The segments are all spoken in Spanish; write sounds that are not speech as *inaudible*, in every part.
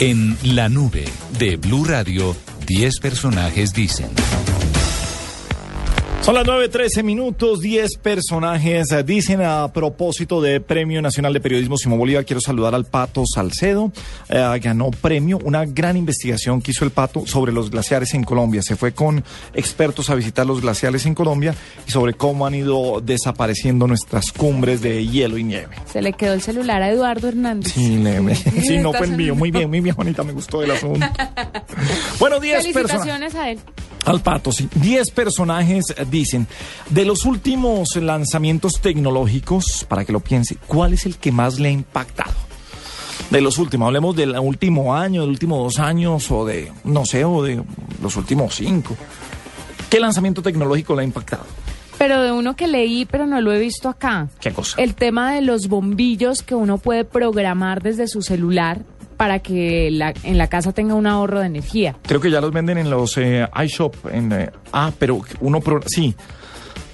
En la nube de Blue Radio, 10 personajes dicen. Son las 9.13 minutos, 10 personajes eh, dicen a propósito de Premio Nacional de Periodismo Simón Bolívar. Quiero saludar al Pato Salcedo. eh, ganó premio, una gran investigación que hizo el Pato sobre los glaciares en Colombia. Se fue con expertos a visitar los glaciares en Colombia y sobre cómo han ido desapareciendo nuestras cumbres de hielo y nieve. Se le quedó el celular a Eduardo Hernández. Sí, le- *laughs* me- sí, no Está fue el mío. sonando. Muy bien, muy bien, Juanita, me gustó el asunto. Bueno, 10 personajes. Felicitaciones a él. Al pato, sí. Diez personajes eh, dicen, de los últimos lanzamientos tecnológicos, para que lo piense, ¿cuál es el que más le ha impactado? De los últimos, hablemos del último año, del último dos años, o de, no sé, o de los últimos cinco. ¿Qué lanzamiento tecnológico le ha impactado? Pero de uno que leí, pero no lo he visto acá. ¿Qué cosa? El tema de los bombillos que uno puede programar desde su celular para que la- en la casa tenga un ahorro de energía. Creo que ya los venden en los eh, iShop. En, eh, ah, pero uno... pro- sí,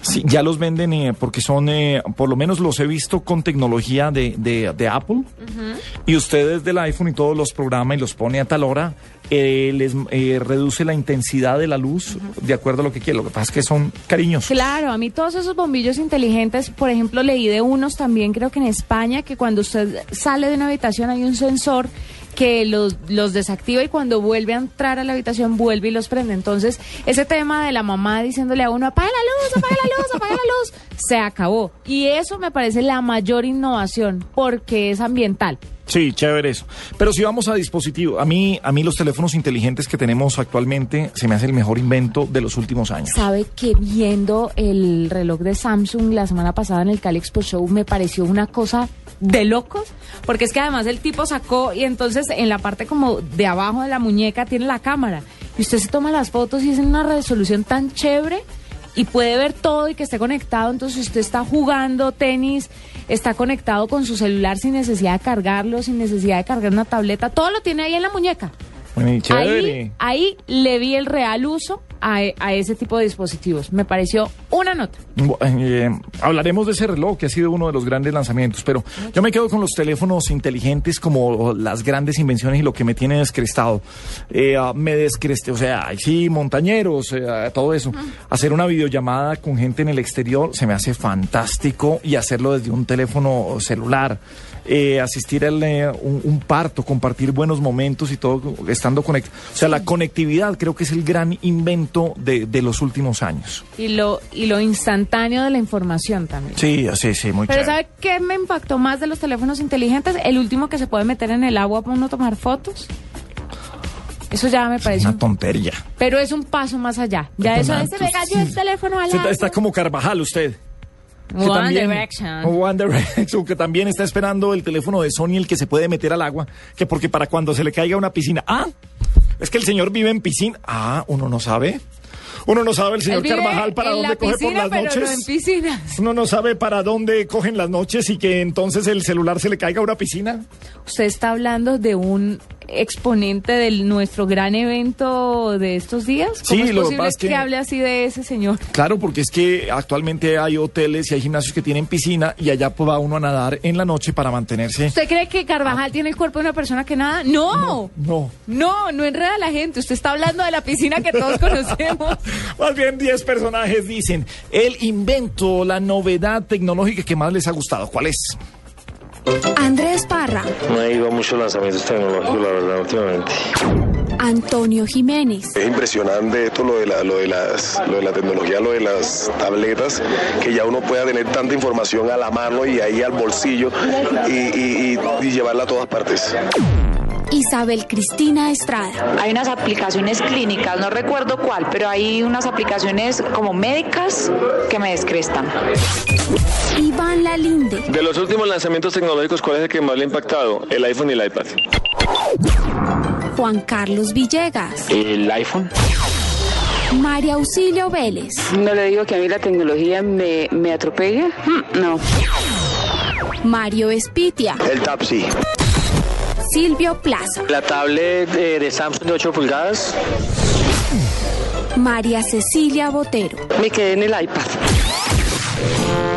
sí, ya los venden eh, porque son... eh, por lo menos los he visto con tecnología de, de- de Apple. Y ustedes del iPhone y todos los programa y los pone a tal hora. eh, les eh, reduce la intensidad de la luz de acuerdo a lo que quiere. Lo que pasa es que son cariñosos. Claro, a mí todos esos bombillos inteligentes, por ejemplo, leí de unos también, creo que en España, que cuando usted sale de una habitación hay un sensor que los, los desactiva y cuando vuelve a entrar a la habitación vuelve y los prende. Entonces, ese tema de la mamá diciéndole a uno, apaga la luz, apaga la luz, apaga la luz, *laughs* se acabó. Y eso me parece la mayor innovación porque es ambiental. Sí, chévere eso. Pero si vamos a dispositivos, a mí, a mí los teléfonos inteligentes que tenemos actualmente se me hace el mejor invento de los últimos años. Sabe que viendo el reloj de Samsung la semana pasada en el Cali Expo Show me pareció una cosa de locos, porque es que además el tipo sacó y entonces en la parte como de abajo de la muñeca tiene la cámara y usted se toma las fotos y es en una resolución tan chévere y puede ver todo y que esté conectado, entonces usted está jugando tenis, está conectado con su celular sin necesidad de cargarlo, sin necesidad de cargar una tableta, todo lo tiene ahí en la muñeca. Bueno, y Ahí, ahí le vi el real uso a, e- a ese tipo de dispositivos. Me pareció una nota. Bu- eh, hablaremos de ese reloj que ha sido uno de los grandes lanzamientos, pero yo me quedo con los teléfonos inteligentes como las grandes invenciones y lo que me tiene descrestado. Eh, ah, me descreste, o sea, ay, sí, montañeros, eh, ah, todo eso. Hacer una videollamada con gente en el exterior se me hace fantástico y hacerlo desde un teléfono celular. Eh, asistir a un, un parto, compartir buenos momentos y todo estando conectado. O sea, la conectividad creo que es el gran invento de- de los últimos años. Y lo, y lo instantáneo de la información también. Sí, sí, sí, muy Pero chévere. ¿sabe qué me impactó más de los teléfonos inteligentes? El último que se puede meter en el agua para uno tomar fotos. Eso ya me Es parece. una un- tontería. Pero es un paso más allá. Ya eso de se me cayó el teléfono al Está, agua. está como Carvajal usted. que One también- Oh, Direction. One Direction, que también está esperando el teléfono de Sony, el que se puede meter al agua, que porque para cuando se le caiga una piscina. Ah, es que el señor vive en piscina. Ah, uno no sabe. Uno no sabe el Él señor vive Carvajal para en dónde la coge por piscina, las pero noches. No en piscinas. uno no sabe para dónde cogen las noches y que entonces el celular se le caiga a una piscina. Usted está hablando de un exponente de nuestro gran evento de estos días. Sí, ¿Cómo es lo que posible pasa es que... que- hable así de ese señor? Claro, porque es que actualmente hay hoteles y hay gimnasios que tienen piscina y allá va uno a nadar en la noche para mantenerse. ¿Usted cree que Carvajal tiene el cuerpo de una persona que nada? ¡No! Ah. No. No, no enreda a la gente. Usted está hablando de la piscina que todos *laughs* conocemos. *laughs* Más bien 10 personajes dicen, el invento, la novedad tecnológica que más les ha gustado, ¿cuál es? Andrés Parra, No he ido a muchos lanzamientos tecnológicos, la verdad, últimamente. Antonio Jiménez, Es impresionante esto, lo de, la, lo, de las, lo de la tecnología, lo de las tabletas, que ya uno pueda tener tanta información a la mano y ahí al bolsillo y, y- y- y llevarla a todas partes. Isabel Cristina Estrada. Hay unas aplicaciones clínicas, no recuerdo cuál, pero hay unas aplicaciones como médicas que me descrestan. Iván Lalinde. De los últimos lanzamientos tecnológicos, ¿cuál es el que más le ha impactado? El iPhone y el iPad. Juan Carlos Villegas. El iPhone. María Auxilio Vélez. No le digo que a mí la tecnología me, me atropella. Mm, no. Mario Espitia. El Tapsi. Silvio Plaza. La tablet eh, de Samsung de 8 pulgadas. María Cecilia Botero. Me quedé en el iPad.